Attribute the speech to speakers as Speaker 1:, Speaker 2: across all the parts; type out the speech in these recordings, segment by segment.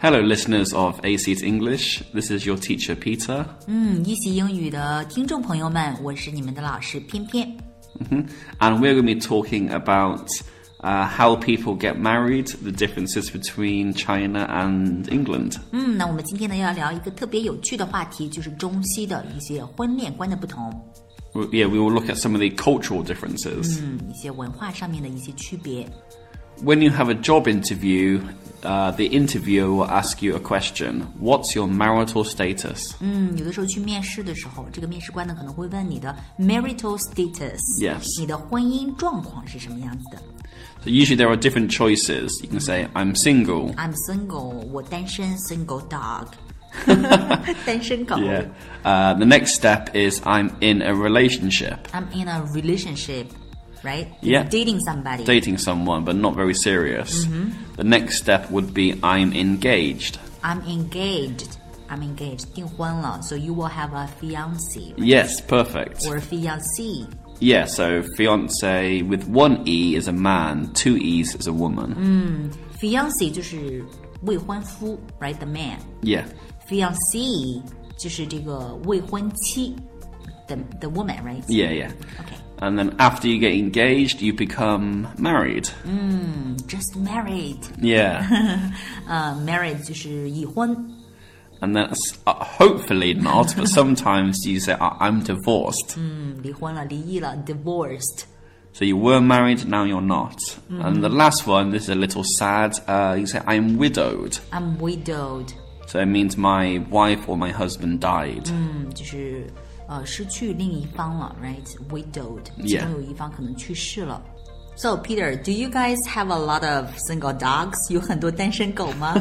Speaker 1: Hello, listeners of AC's English. This is your teacher, Peter.
Speaker 2: 嗯，一席英语的听众朋友们，我是你们的老师偏偏。
Speaker 1: And we're going to be talking about uh, how people get married, the differences between China and England.
Speaker 2: 嗯，那我们今天呢要聊一个特别有趣的话题，就是中西的一些婚恋观的不同，
Speaker 1: Well, Yeah, we will look at some of the cultural differences.
Speaker 2: 嗯，一些文化上面的一些区别。
Speaker 1: When you have a job interview, uh, the interviewer will ask you a question What's your marital status?
Speaker 2: 嗯，有的时候去面试的时候，这个面试官呢可能会问你的 marital status，、
Speaker 1: Yes
Speaker 2: 你的婚姻状况是什么样子的
Speaker 1: So usually there are different choices. You can say, I'm single.
Speaker 2: ？I'm single，我单身，single dog，单身狗。
Speaker 1: Yeah. Uh, the next step is, I'm in a relationship,
Speaker 2: I'm in a relationship, right?
Speaker 1: Yeah.
Speaker 2: dating somebody.
Speaker 1: dating someone, but not very serious. The next step would be, I'm engaged.
Speaker 2: I'm engaged. I'm engaged. 订婚了，so you will have a fiance
Speaker 1: Yes, perfect.
Speaker 2: or fiancee.
Speaker 1: Yeah, so fiance with one E is a man, two E's is a woman.
Speaker 2: Fiancee 就是未婚夫，right? The man.
Speaker 1: Yeah.
Speaker 2: Fiancee 就是这个未婚妻，the the woman, right?
Speaker 1: Yeah, yeah.
Speaker 2: Okay.
Speaker 1: And then after you get engaged, you become married.
Speaker 2: Just married.
Speaker 1: Yeah.
Speaker 2: 呃、m a r r i e d 就是已婚。
Speaker 1: and that's uh, hopefully not, but sometimes you say, "I- I'm divorced.
Speaker 2: 嗯，离婚了，离异了，divorced。
Speaker 1: So you were married, now you're not. And the last one, this is a little sad, uh, you say, I'm widowed.
Speaker 2: I'm widowed，
Speaker 1: So it means my wife or my husband died.
Speaker 2: 嗯，就是呃失去另一方了，right？Widowed，其
Speaker 1: Yeah.
Speaker 2: 中有一方可能去世了。So Peter, do you guys have a lot of single dogs？有很多单身狗 吗？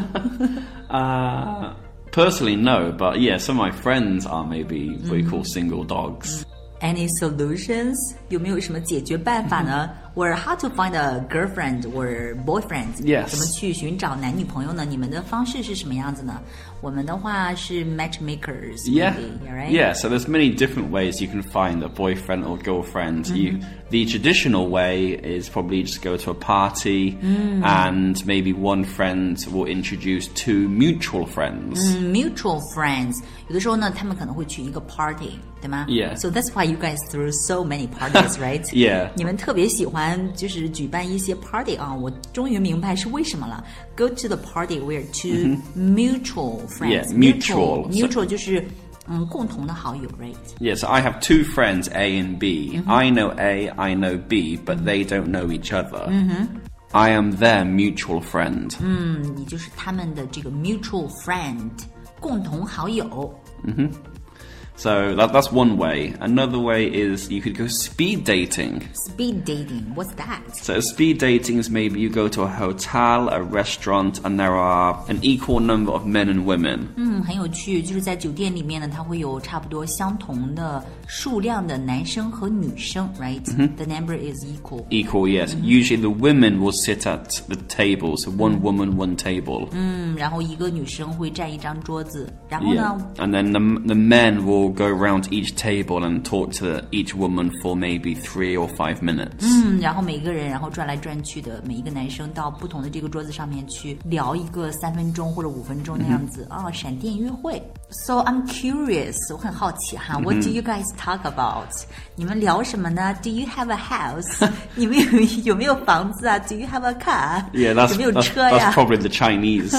Speaker 1: Uh, personally, no, but yeah, some of my friends are maybe what you call single dogs.
Speaker 2: Any solutions？有没有什么解决办法
Speaker 1: 嗯
Speaker 2: 呢？Or how to find a girlfriend or boyfriend？
Speaker 1: Yes.
Speaker 2: 怎么去寻找男女朋友呢？你们的方式是什么样子呢？我们的话是 matchmakers。
Speaker 1: Yeah.
Speaker 2: Right?
Speaker 1: Yeah, so there's many different ways you can find a boyfriend or girlfriend. You the traditional way is probably just go to a party and maybe one friend will introduce two mutual
Speaker 2: Mm.
Speaker 1: friends.
Speaker 2: Mutual friends，有的时候呢，他们可能会去一个 party，对吗
Speaker 1: Yeah.
Speaker 2: So that's why you guys threw so many parties, right?
Speaker 1: Yeah.
Speaker 2: 你们特别喜欢就是举办一些 party 啊，我终于明白是为什么了。Go to the party where two mutual
Speaker 1: Mm-hmm。
Speaker 2: friends.
Speaker 1: Yeah, mutual.
Speaker 2: mutual 就是嗯共同的好友，right?
Speaker 1: Yeah, so I have two friends, A and B. I know A, I know B, but they don't know each other. I am their mutual friend.
Speaker 2: 嗯，你就是他们的这个 mutual friend，共同好友。
Speaker 1: So that, that's one way. Another way is you could go speed dating.
Speaker 2: Speed dating, what's that?
Speaker 1: So speed dating is maybe you go to a hotel, a restaurant, and there are an equal number of men and women.
Speaker 2: 嗯，很有趣，就是在酒店里面呢，它会有差不多相同的数量的男生和女生，right？、The number is equal。
Speaker 1: Equal, yes. Usually the women will sit at the table, so one woman, one table.
Speaker 2: 嗯，然后一个女生会占一张桌子，然后
Speaker 1: Yeah.
Speaker 2: 呢
Speaker 1: And then the, the men will go around each table and talk to each woman for maybe three or five minutes.
Speaker 2: 嗯，然后每个人，然后转来转去的，每一个男生到不同的这个桌子上面去聊一个三分钟或者五分钟那样子啊、闪电约会。So I'm curious，我很好奇哈、
Speaker 1: 嗯
Speaker 2: w h a t do you guys talk about？你们聊什么呢？Do you have a house？你 们有有没有房子啊？Do you have a car？
Speaker 1: Yeah, that's,
Speaker 2: 有没有
Speaker 1: that's,
Speaker 2: 车
Speaker 1: that's
Speaker 2: 呀
Speaker 1: probably the Chinese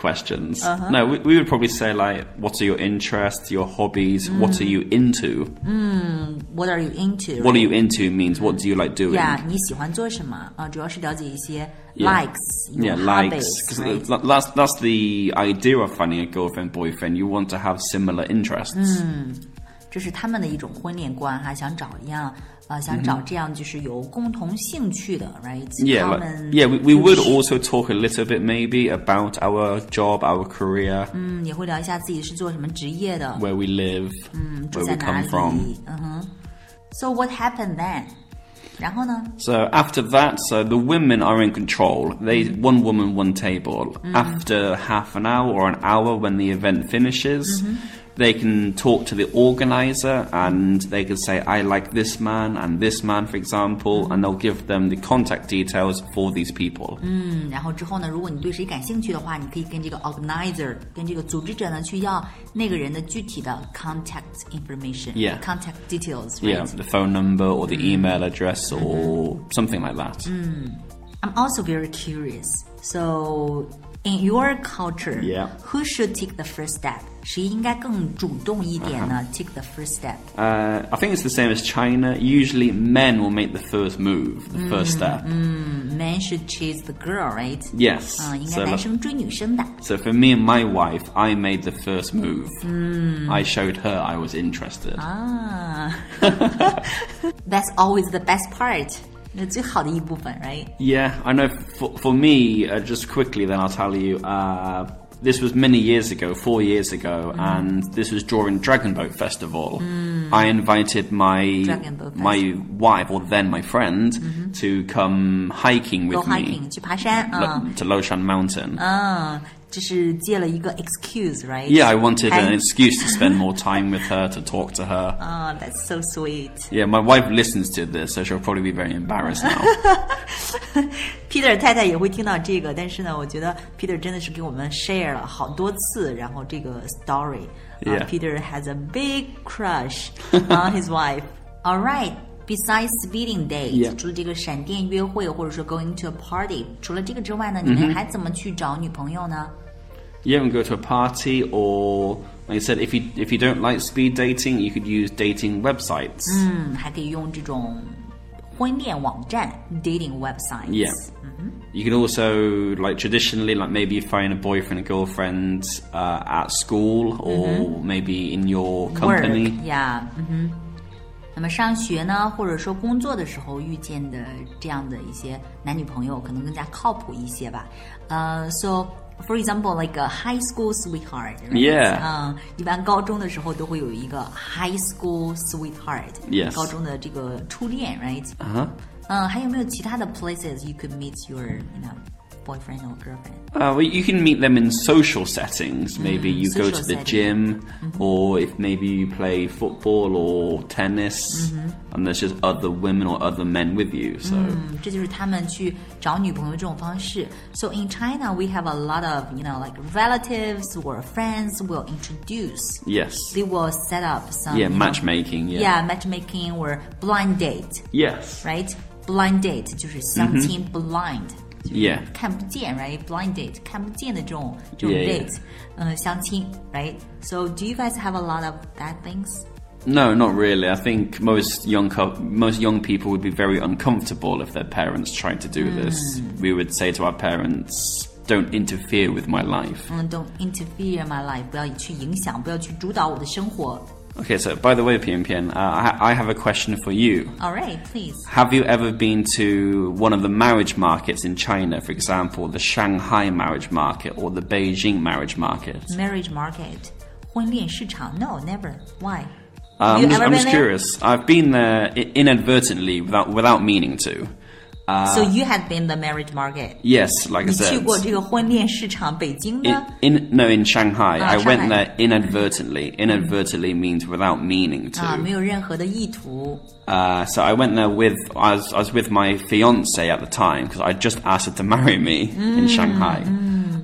Speaker 1: questions. No, we, we would probably say, like, what are your interests, your hobbies, what are you into?
Speaker 2: ？What are you into？
Speaker 1: What are you into means what do you like doing?
Speaker 2: 呀你喜欢做什么啊？主要是了解一些
Speaker 1: Yeah.
Speaker 2: likes，you
Speaker 1: Yeah,
Speaker 2: know,
Speaker 1: likes.
Speaker 2: habits,
Speaker 1: Because
Speaker 2: right?
Speaker 1: that's, that's the idea of finding a girlfriend, boyfriend. You want to have similar interests.
Speaker 2: 这是他们的一种婚恋观哈，想找一样呃，想找这样就是有共同兴趣的，right？
Speaker 1: 嗯 Yeah,
Speaker 2: 他
Speaker 1: like-
Speaker 2: 们
Speaker 1: yeah. We, we would
Speaker 2: 就
Speaker 1: also
Speaker 2: 是
Speaker 1: talk a little bit maybe about our job, our career,
Speaker 2: 嗯，也会聊一下自己是做什么职业的，
Speaker 1: where we live,
Speaker 2: 住
Speaker 1: where
Speaker 2: 在
Speaker 1: we
Speaker 2: 哪
Speaker 1: come
Speaker 2: 里
Speaker 1: from.，
Speaker 2: 嗯哼。So what happened then？然后呢？
Speaker 1: So after that, so the women are in control. They one woman, one table. After half an hour or an hour, when the event finishes, They can talk to the organizer and they can say, I like this man and this man, for example, and they'll give them the contact details for these people.
Speaker 2: 嗯，然后之后呢，如果你对谁感兴趣的话，你可以跟这个 organizer，跟这个组织者呢去要那个人的具体的 contact information、
Speaker 1: Yeah.
Speaker 2: contact details。
Speaker 1: Yeah,
Speaker 2: right?
Speaker 1: the phone number or the email address or something like that.
Speaker 2: I'm also very curious. So, in your culture,
Speaker 1: Yeah.
Speaker 2: who should take the first step? 谁应该更主动一点呢、t
Speaker 1: Uh-huh.
Speaker 2: a k e the first step.
Speaker 1: Uh, I think it's the same as China. Usually, men will make the first move, the first step.
Speaker 2: Man should chase the girl, right?
Speaker 1: Yes.
Speaker 2: 嗯、应
Speaker 1: So,
Speaker 2: 该男
Speaker 1: like-
Speaker 2: 生追女生的。
Speaker 1: so for me and my wife, I made the first move.
Speaker 2: Hmm.
Speaker 1: I showed her I was interested.
Speaker 2: Ah. 啊，That's always the best part. 那最好的一部分，right?
Speaker 1: Yeah, I know. For, for me, uh, just quickly, then I'll tell you. Uh, this was many years ago, four years ago,
Speaker 2: Hmm.
Speaker 1: and this was during Dragon Boat Festival. I invited my
Speaker 2: Dragon Boat Mm-hmm.
Speaker 1: my wife, or then my friend, to come hiking
Speaker 2: Go
Speaker 1: with me
Speaker 2: hiking Ah. 去爬山啊
Speaker 1: lo- to Loshan Mountain.
Speaker 2: 嗯，这是借了一个 excuse，right?
Speaker 1: yeah, I wanted an
Speaker 2: 还
Speaker 1: excuse to spend more time with her, to talk to her.
Speaker 2: 啊、t h a t s Oh, so sweet.
Speaker 1: Yeah, my wife listens to this, so she'll probably be very embarrassed now.
Speaker 2: Peter 太太也会听到这个，但是呢，我觉得 Peter 真的是给我们 share 了好多次，然后这个 story，啊
Speaker 1: Yeah.
Speaker 2: Peter has a big crush on his wife. All right. Besides speeding date，、
Speaker 1: Yeah.
Speaker 2: 除了这个闪电约会或者说 going to a party，除了这个之外呢，你
Speaker 1: Mm-hmm
Speaker 2: 们还怎么去找女朋友呢？
Speaker 1: you don't go to a party or like I said, if you if you don't like speed dating, you could use dating websites.
Speaker 2: 嗯，还可以用这种婚恋网站 dating websites。
Speaker 1: Yeah.
Speaker 2: Mm-hmm.
Speaker 1: You can also like traditionally, like maybe you find a boyfriend, and girlfriend uh, at school or maybe in your company.
Speaker 2: Mm-hmm. Work, yeah，嗯哼。那么上学呢，或者说工作的时候遇见的这样的一些男女朋友，可能更加靠谱一些吧。呃、s o for example, like a high school sweetheart，right?
Speaker 1: Yeah.
Speaker 2: 嗯，一般高中的时候都会有一个 high school sweetheart，
Speaker 1: Yes
Speaker 2: 高中的这个初恋，right？
Speaker 1: Uh huh.
Speaker 2: 嗯，还有没有其他的 places you could meet your you know boyfriend or girlfriend？
Speaker 1: Uh, well, you can meet them in social settings. Maybe you go to
Speaker 2: Mm. social Mm-hmm.
Speaker 1: the gym,
Speaker 2: setting.
Speaker 1: or if maybe you play football or tennis,
Speaker 2: Mm-hmm.
Speaker 1: and there's just other women or other men with you. So
Speaker 2: 这就是他们去找女朋友这种方式。So in China, we have a lot of you know like relatives or friends will introduce.
Speaker 1: yes,
Speaker 2: They will set up some
Speaker 1: yeah,
Speaker 2: you know,
Speaker 1: matchmaking. Yeah.
Speaker 2: yeah matchmaking or blind date,
Speaker 1: Yes.
Speaker 2: right? Blind date 就是相亲、blind。
Speaker 1: Yeah.
Speaker 2: 看不见，right？Blind date，看不见的这种这种
Speaker 1: Yeah, yeah.
Speaker 2: date，嗯、相亲，right？So do you guys have a lot of bad things？
Speaker 1: No, not really. I think most young cou- most young people would be very uncomfortable if their parents tried to
Speaker 2: Hmm.
Speaker 1: do this. We would say to our parents, "Don't interfere with my life."
Speaker 2: 嗯，don't interfere in my life，不要去影响，不要去主导我的生活。
Speaker 1: Okay, so by the way, PMPN, uh, I, I have a question for you.
Speaker 2: All right，please。
Speaker 1: Have you ever been to one of the marriage markets in China, for example, the Shanghai marriage market or the Beijing marriage market?
Speaker 2: marriage market 婚恋市场？No, never. Why?
Speaker 1: Uh,
Speaker 2: You
Speaker 1: I'm just,
Speaker 2: ever
Speaker 1: I'm just
Speaker 2: been there?
Speaker 1: curious. I've been there i- inadvertently without without meaning to.
Speaker 2: so you have been the marriage market.
Speaker 1: Yes, Uh, like I
Speaker 2: 你去
Speaker 1: said.
Speaker 2: 过这个婚恋市场北京
Speaker 1: In,
Speaker 2: 呢？
Speaker 1: in no in Shanghai,
Speaker 2: Ah,
Speaker 1: I
Speaker 2: Shanghai.
Speaker 1: went there inadvertently. Inadvertently means without meaning
Speaker 2: 啊，没
Speaker 1: to.
Speaker 2: 有任何的意图。
Speaker 1: Uh, so I went there with I was, I was with my fiance at the time because I just asked her to marry me
Speaker 2: Mm,
Speaker 1: in Shanghai.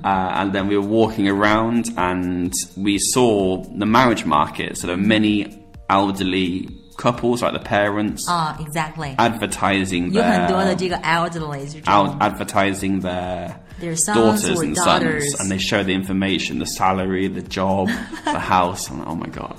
Speaker 1: Uh, and then we were walking around and we saw the marriage market. So there were many elderly couples, like the parents,
Speaker 2: 啊、e x a c t l y
Speaker 1: advertising
Speaker 2: 有很多的
Speaker 1: their
Speaker 2: 这个 elderly 就这
Speaker 1: out
Speaker 2: 种
Speaker 1: advertising their
Speaker 2: Their sons
Speaker 1: daughters
Speaker 2: or
Speaker 1: and
Speaker 2: daughters.
Speaker 1: sons, and they show the information, the salary, the job, the house. And oh my god,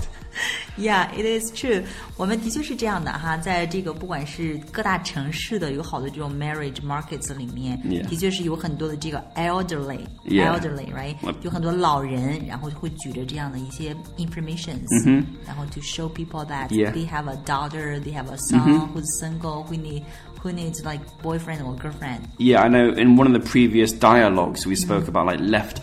Speaker 2: Yeah, it is true. 我们的确是这样的哈，在这个不管是各大城市的有好多这种 marriage markets 里面
Speaker 1: Yeah.
Speaker 2: 的确是有很多的这个 elderly
Speaker 1: Yeah.
Speaker 2: elderly right，
Speaker 1: Like-
Speaker 2: 有很多老人，然后会举着这样的一些 informations，、然后 to show people that
Speaker 1: Mm-hmm。 Yeah. Mm-hmm。
Speaker 2: they have a daughter, they have a son who's single, who need who needs like boyfriend or girlfriend.
Speaker 1: yeah, I know. In one of the previous dialogues, we spoke about like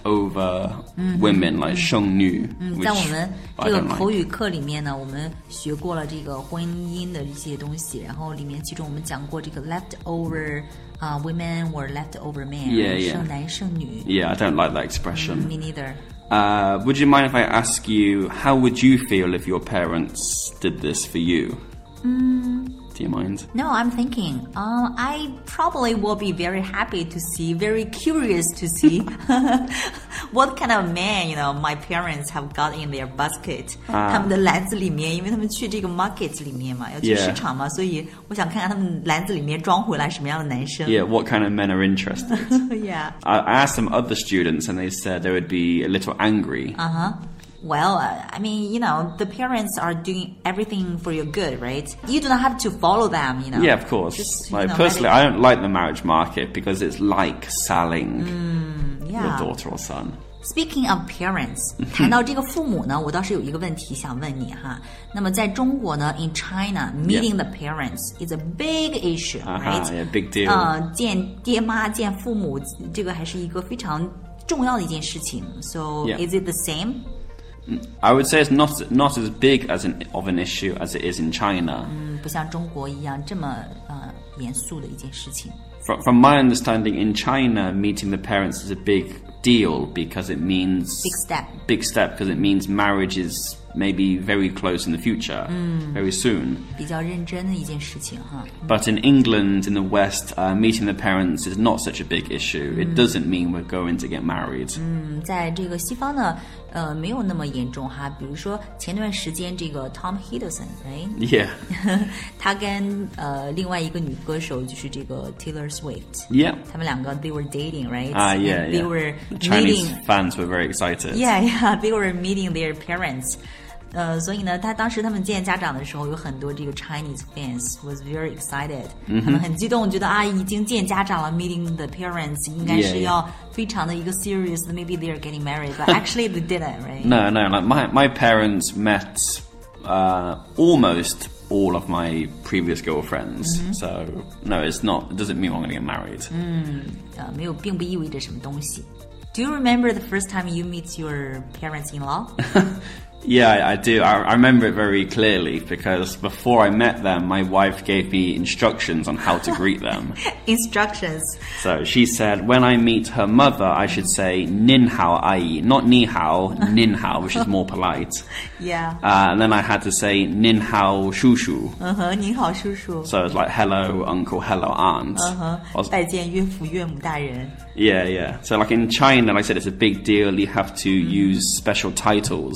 Speaker 1: leftover women, like Sheng Nu,
Speaker 2: 嗯，
Speaker 1: which
Speaker 2: 在我们
Speaker 1: I
Speaker 2: 这个
Speaker 1: don't
Speaker 2: 口
Speaker 1: like.
Speaker 2: 语课里面呢，我们学过了这个婚姻的一些东西，然后里面其中我们讲过这个 leftover 啊、women or leftover men，
Speaker 1: Yeah, yeah.
Speaker 2: 剩男剩女
Speaker 1: Yeah, I don't like that expression.
Speaker 2: Me neither.
Speaker 1: Uh, would you mind if I ask you how would you feel if your parents did this for you? Do you mind?
Speaker 2: No, I'm thinking. Uh, I probably will be very happy to see, very curious to see what kind of man you know my parents have got in their basket、他
Speaker 1: Ah.
Speaker 2: 们的篮子里面，因为他们去这个 market 里面嘛，要去
Speaker 1: Yeah.
Speaker 2: 市场嘛所以我想看看他们篮子里面装回来什么样的男生。
Speaker 1: Yeah, what kind of men are interested?
Speaker 2: yeah.
Speaker 1: I I asked some other students, and they said they would be a little angry.
Speaker 2: Uh huh. Well, uh, I mean, you know, the parents are doing everything for your good, right? You do not have to follow them, you know.
Speaker 1: yeah, of course.
Speaker 2: Just, you
Speaker 1: like
Speaker 2: know,
Speaker 1: personally,
Speaker 2: let
Speaker 1: I don't like the marriage market because it's like selling
Speaker 2: it-
Speaker 1: your
Speaker 2: Mm. yeah.
Speaker 1: daughter or son.
Speaker 2: Speaking of parents，谈到这个父母呢，我倒是有一个问题想问你哈。那么在中国呢，in China, meeting the parents is a big issue,
Speaker 1: Aha, Uh-huh， yeah,
Speaker 2: right?
Speaker 1: big deal.
Speaker 2: 呃，见爹妈、见父母，这个还是一个非常重要的一件事情。So
Speaker 1: Yeah.
Speaker 2: is it the same?
Speaker 1: I would say it's not not as big as an of an issue as it is in China.
Speaker 2: 嗯，不像中国一样这么呃严肃的一件事情。
Speaker 1: From, from my understanding, in China, meeting the parents is a big deal because it means
Speaker 2: Big step.
Speaker 1: Big step because it means marriage is maybe very close in the future,
Speaker 2: Mm.
Speaker 1: very soon.
Speaker 2: 比较认真的一件事情哈。
Speaker 1: But in England, in the West, uh, meeting the parents is not such a big issue.
Speaker 2: Mm.
Speaker 1: It doesn't mean we're going to get married.
Speaker 2: 嗯，在这个西方呢，呃，没有那么严重哈。比如说前段时间这个 Tom Hiddleston，哎，
Speaker 1: Yeah,
Speaker 2: 他跟呃另外一个女歌手就是这个 Taylor Swift，
Speaker 1: yeah.
Speaker 2: 他们两个 they were dating right？
Speaker 1: Ah, yeah,
Speaker 2: And
Speaker 1: yeah.
Speaker 2: They were
Speaker 1: The Chinese
Speaker 2: meeting.
Speaker 1: fans were very excited.
Speaker 2: Yeah, yeah. They were meeting their parents. 呃，所以呢，他当时他们见家长的时候，有很多这个 Chinese fans was very excited，、他们很激动，觉得啊，已经见家长了，meeting the parents 应该
Speaker 1: Yeah,
Speaker 2: 是要非常的一个 serious，maybe they are getting married，but actually they didn't，right？
Speaker 1: No, no. Like my my parents met uh, almost all of my previous girlfriends.
Speaker 2: Mm-hmm.
Speaker 1: So no, it's not. It doesn't mean I'm going to get married.
Speaker 2: Mm. 呃，没有，并不意味着什么东西。Do you remember the first time you meet your parents-in-law？
Speaker 1: Yeah, I, I do. I, I remember it very clearly because before I met them, my wife gave me instructions on how to greet them.
Speaker 2: Instructions.
Speaker 1: So she said, when I meet her mother, I should say "nin hao ai," not "ni hao," "nin hao," which is more polite.
Speaker 2: Yeah.
Speaker 1: Uh, and then I had to say "nin hao shu shu."
Speaker 2: 嗯哼，Uh-huh. 您好，叔叔。
Speaker 1: So it's like "hello uncle," "hello aunt."
Speaker 2: 嗯
Speaker 1: I
Speaker 2: 哼，
Speaker 1: was-
Speaker 2: 拜见岳父岳母大人。
Speaker 1: Yeah, yeah. So, like in China, like I said, it's a big deal. You have to use special titles.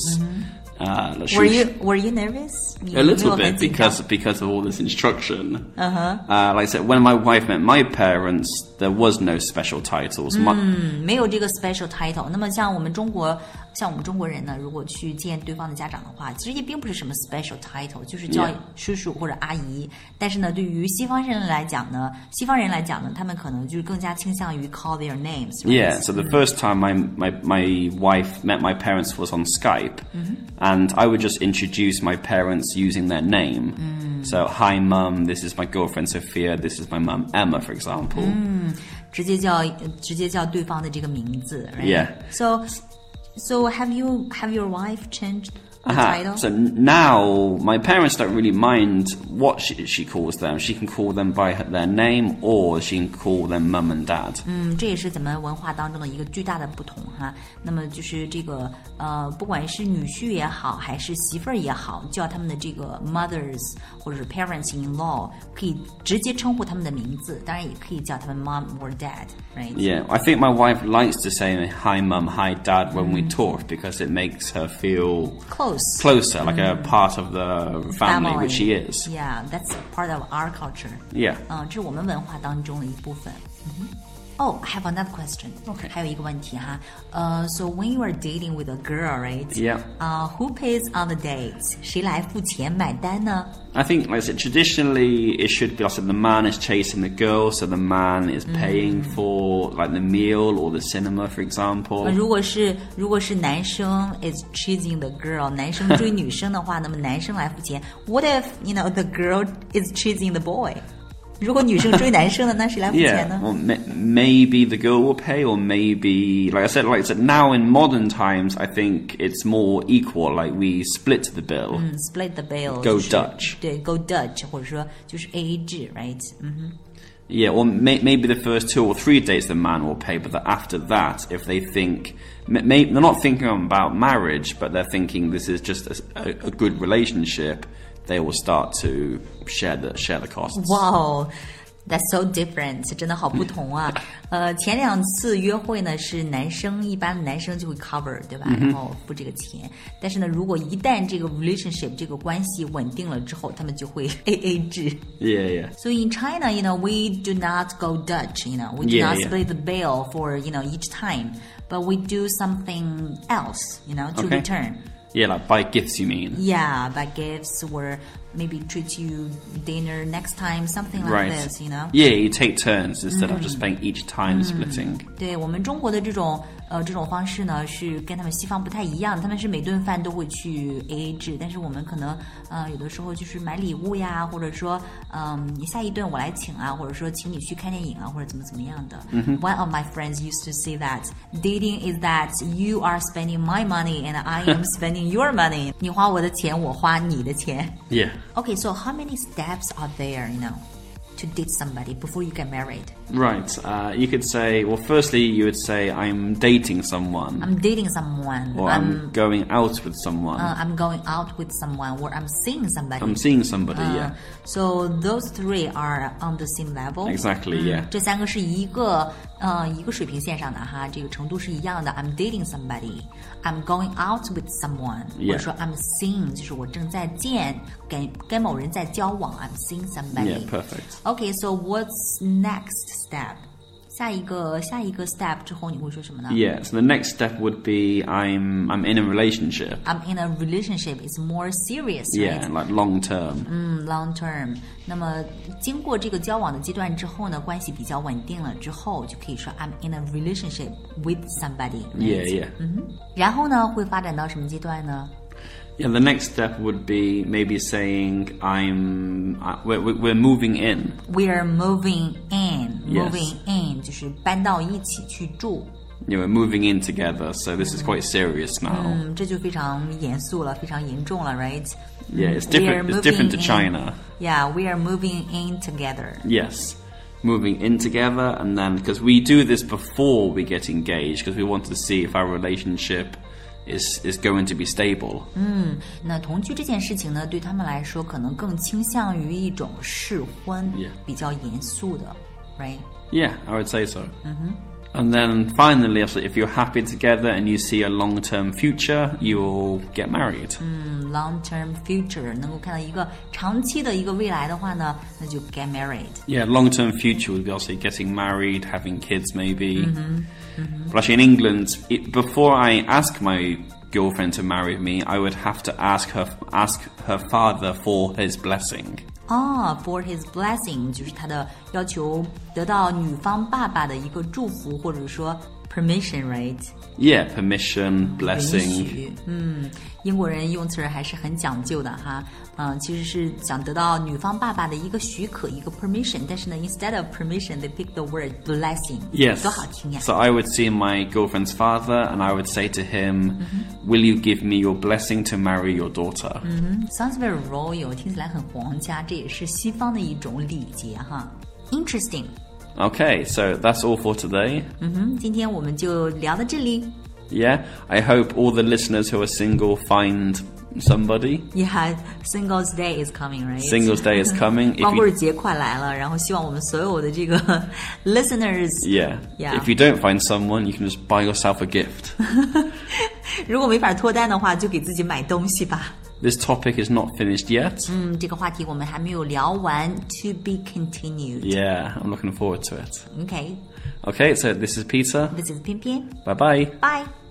Speaker 1: Uh, like
Speaker 2: Were
Speaker 1: shu-
Speaker 2: you Were you nervous? 你
Speaker 1: a
Speaker 2: 有没
Speaker 1: little
Speaker 2: 有很
Speaker 1: bit
Speaker 2: 紧张
Speaker 1: because because of all this instruction. Uh-huh. like I said, when my wife met my parents, there was no special titles. My-
Speaker 2: 嗯没有这个 special title。那么像我们中国，像我们中国人呢，如果去见对方的家长的话，其实也并不是什么 special title，就是叫
Speaker 1: Yeah.
Speaker 2: 叔叔或者阿姨。但是呢，对于西方人来讲呢，西方人来讲呢，他们可能就是更加倾向于 call their names。
Speaker 1: Yeah. So the first time my my my wife met my parents was on Skype,
Speaker 2: Mm-hmm.
Speaker 1: and I would just introduce my parents using their name.
Speaker 2: Mm.
Speaker 1: So, hi, mum. This is my girlfriend Sophia. This is my mum Emma, for example.
Speaker 2: Mm, 直接叫呃直接叫对方的这个名字。right?
Speaker 1: Yeah.
Speaker 2: So, so have you have your wife changed the
Speaker 1: Aha,
Speaker 2: title?
Speaker 1: So n- now my parents don't really mind what she, she calls them. She can call them by her, their name, or she can call them mum and dad.
Speaker 2: 嗯，这也是咱们文化当中的一个巨大的不同哈。那么就是这个呃，不管是女婿也好，还是媳妇儿也好，叫他们的这个 mothers 或者是 parents in law，可以直接称呼他们的名字，当然也可以叫他们 mom or dad，right？
Speaker 1: Yeah, I think my wife likes to say "hi mum," "hi dad" when we
Speaker 2: Mm.
Speaker 1: talk because it makes her feel
Speaker 2: Close.
Speaker 1: closer, like a part of the Mm. family, which she is.
Speaker 2: Yeah, that's part of our culture.
Speaker 1: Yeah.
Speaker 2: 嗯，这是我们文化当中的一部分。Oh, I have another question.
Speaker 1: Okay.
Speaker 2: 还有一个问题哈，呃、s o when you are dating with a girl, right?
Speaker 1: Yeah.
Speaker 2: 呃、who pays on the date? 谁来付钱买单呢？
Speaker 1: I think, like I said, traditionally it should be like I said, the man is chasing the girl, so the man is paying for like the meal or the cinema, for example.
Speaker 2: 呃如果是如果是男生 is chasing the girl，男生追女生的话，那 么男生来付钱。What if you know the girl is chasing the boy？如果女生追男生的，那谁来付钱
Speaker 1: Yeah,
Speaker 2: 呢
Speaker 1: well, ma maybe the girl will pay, or maybe, like I said, like I said, now in modern times, I think it's more equal. Like we split the bill.
Speaker 2: 嗯 split the bill，
Speaker 1: Go
Speaker 2: 就是
Speaker 1: Dutch
Speaker 2: 对，go Dutch，或者说就是 A A 制，right？嗯哼。
Speaker 1: Yeah, or may, maybe the first two or three dates the man will pay, but that after that, if they think, may, may, they're not thinking about marriage, but they're thinking this is just a, a, a good relationship, they will start to share the share the costs.
Speaker 2: Wow, that's so different，真的好不 同啊。呃，前两次约会呢是男生，一般男生就会 cover，对吧？然后付这个钱。但是呢，如果一旦这个 relationship 这个关系稳定了之后，他们就会 A A 制。
Speaker 1: Yeah, yeah.
Speaker 2: So in China, you know, we do not go Dutch. You know, we do
Speaker 1: Yeah,
Speaker 2: not
Speaker 1: yeah.
Speaker 2: split the bill for you know each time, but we do something else. You know, to
Speaker 1: Okay.
Speaker 2: return.
Speaker 1: Yeah, like buy gifts, you mean?
Speaker 2: Yeah, by gifts or maybe treat you dinner next time, something like
Speaker 1: Right.
Speaker 2: this, you know. Mm.
Speaker 1: Yeah, you take turns instead of just paying each time splitting.
Speaker 2: 对我们中国的这种呃这种方式呢，是跟他们西方不太一样，他们是每顿饭都会去 A A 制，但是我们可能呃有的时候就是买礼物呀，或者说嗯、你下一顿我来请啊，或者说请你去看电影啊，或者怎么怎么样的。One of my friends used to say that dating is that you are spending my money and I am spending your money，你花我的钱，我花你的钱。
Speaker 1: Yeah.
Speaker 2: Okay, so how many steps are there, you know, to date somebody before you get married?
Speaker 1: Right. Uh, you could say, well, firstly, you would say, I'm dating someone,
Speaker 2: I'm dating someone.
Speaker 1: or I'm
Speaker 2: I'm
Speaker 1: going out with someone,
Speaker 2: uh, I'm going out with someone, or I'm seeing somebody.
Speaker 1: I'm seeing somebody,
Speaker 2: Uh,
Speaker 1: Um, yeah.
Speaker 2: So those three are on the same level. Mm.
Speaker 1: Exactly, yeah.
Speaker 2: 这三个是一个呃一个水平线上的哈，这个程度是一样的。I'm dating somebody, I'm going out with someone，、
Speaker 1: Yeah.
Speaker 2: 或者说 I'm seeing，就是我正在见跟跟某人在交往。I'm seeing somebody.
Speaker 1: Yeah, perfect.
Speaker 2: Okay, so what's next step? 下一个下一个 step 之后你会说什么呢
Speaker 1: Yeah, so the next step would be I'm I'm in a relationship.
Speaker 2: I'm in a relationship. It's more serious. right? Mm-hmm.
Speaker 1: Yeah, like long term.
Speaker 2: 嗯，long term。那么经过这个交往的阶段之后呢，关系比较稳定了之后，就可以说 I'm in a relationship with somebody。嗯
Speaker 1: Yeah, yeah.
Speaker 2: 然后呢，会发展到什么阶段呢？
Speaker 1: Yeah, the next step would be maybe saying I'm I, we're, we're we're moving in.
Speaker 2: We're moving in,
Speaker 1: Yes.
Speaker 2: moving in 就是搬到一起去住。
Speaker 1: You know, we're moving in together. So this is quite serious now.
Speaker 2: 嗯，这就非常严肃了，非常严重了，right？
Speaker 1: Yeah, it's
Speaker 2: We are
Speaker 1: different. It's different to
Speaker 2: moving in.
Speaker 1: China.
Speaker 2: Yeah, we are moving in together.
Speaker 1: Yes, moving in together, and then because we do this before we get engaged, because we want to see if our relationship is is going to be stable.
Speaker 2: 那同居这件事情呢，对他们来说可能更倾向于一种试婚
Speaker 1: Yeah.
Speaker 2: 比较严肃的，right？
Speaker 1: Yeah, I would say so. And then finally, if- if you're happy together and you see a long term future, you'll get married.
Speaker 2: long-term future，能够看到一个长期的一个未来的话呢，那就 get married。
Speaker 1: Yeah, long term future would be obviously getting married, having kids, maybe. But actually, in England, it, before I ask my girlfriend to marry me, I would have to ask her ask her father for his blessing.
Speaker 2: 哦、f o r his blessing，就是他的要求得到女方爸爸的一个祝福，或者说 permission，right？
Speaker 1: Yeah, permission,
Speaker 2: 允
Speaker 1: blessing.
Speaker 2: 许。嗯，英国人用词儿还是很讲究的哈。嗯、其实是想得到女方爸爸的一个许可，一个 permission，但是呢，instead of permission，they pick the word blessing。
Speaker 1: Yes.
Speaker 2: 多好听呀！
Speaker 1: So I would see my girlfriend's father and I would say to him, Will you give me your blessing to marry your daughter?
Speaker 2: Sounds very royal，听起来很皇家，这也是西方的一种礼节哈。Interesting，
Speaker 1: Okay, so that's all for today.
Speaker 2: 嗯哼，今天我们就聊到这里。
Speaker 1: Yeah, I hope all the listeners who are single find somebody.
Speaker 2: Yeah，Singles Day is coming，right？
Speaker 1: Singles Day is coming. If
Speaker 2: 光棍
Speaker 1: you,
Speaker 2: 节快来了，然后希望我们所有的这个 listeners，
Speaker 1: yeah.
Speaker 2: Yeah.
Speaker 1: If you don't find someone, you can just buy yourself a gift.
Speaker 2: 如果没法脱单的话，就给自己买东西吧。
Speaker 1: this topic is not finished yet.
Speaker 2: 嗯，这个话题我们还没有聊完，to be continued。
Speaker 1: Yeah, I'm looking forward to it.
Speaker 2: OK，
Speaker 1: Okay, so this is Peter.
Speaker 2: this is 偏偏
Speaker 1: Bye bye.
Speaker 2: ，bye。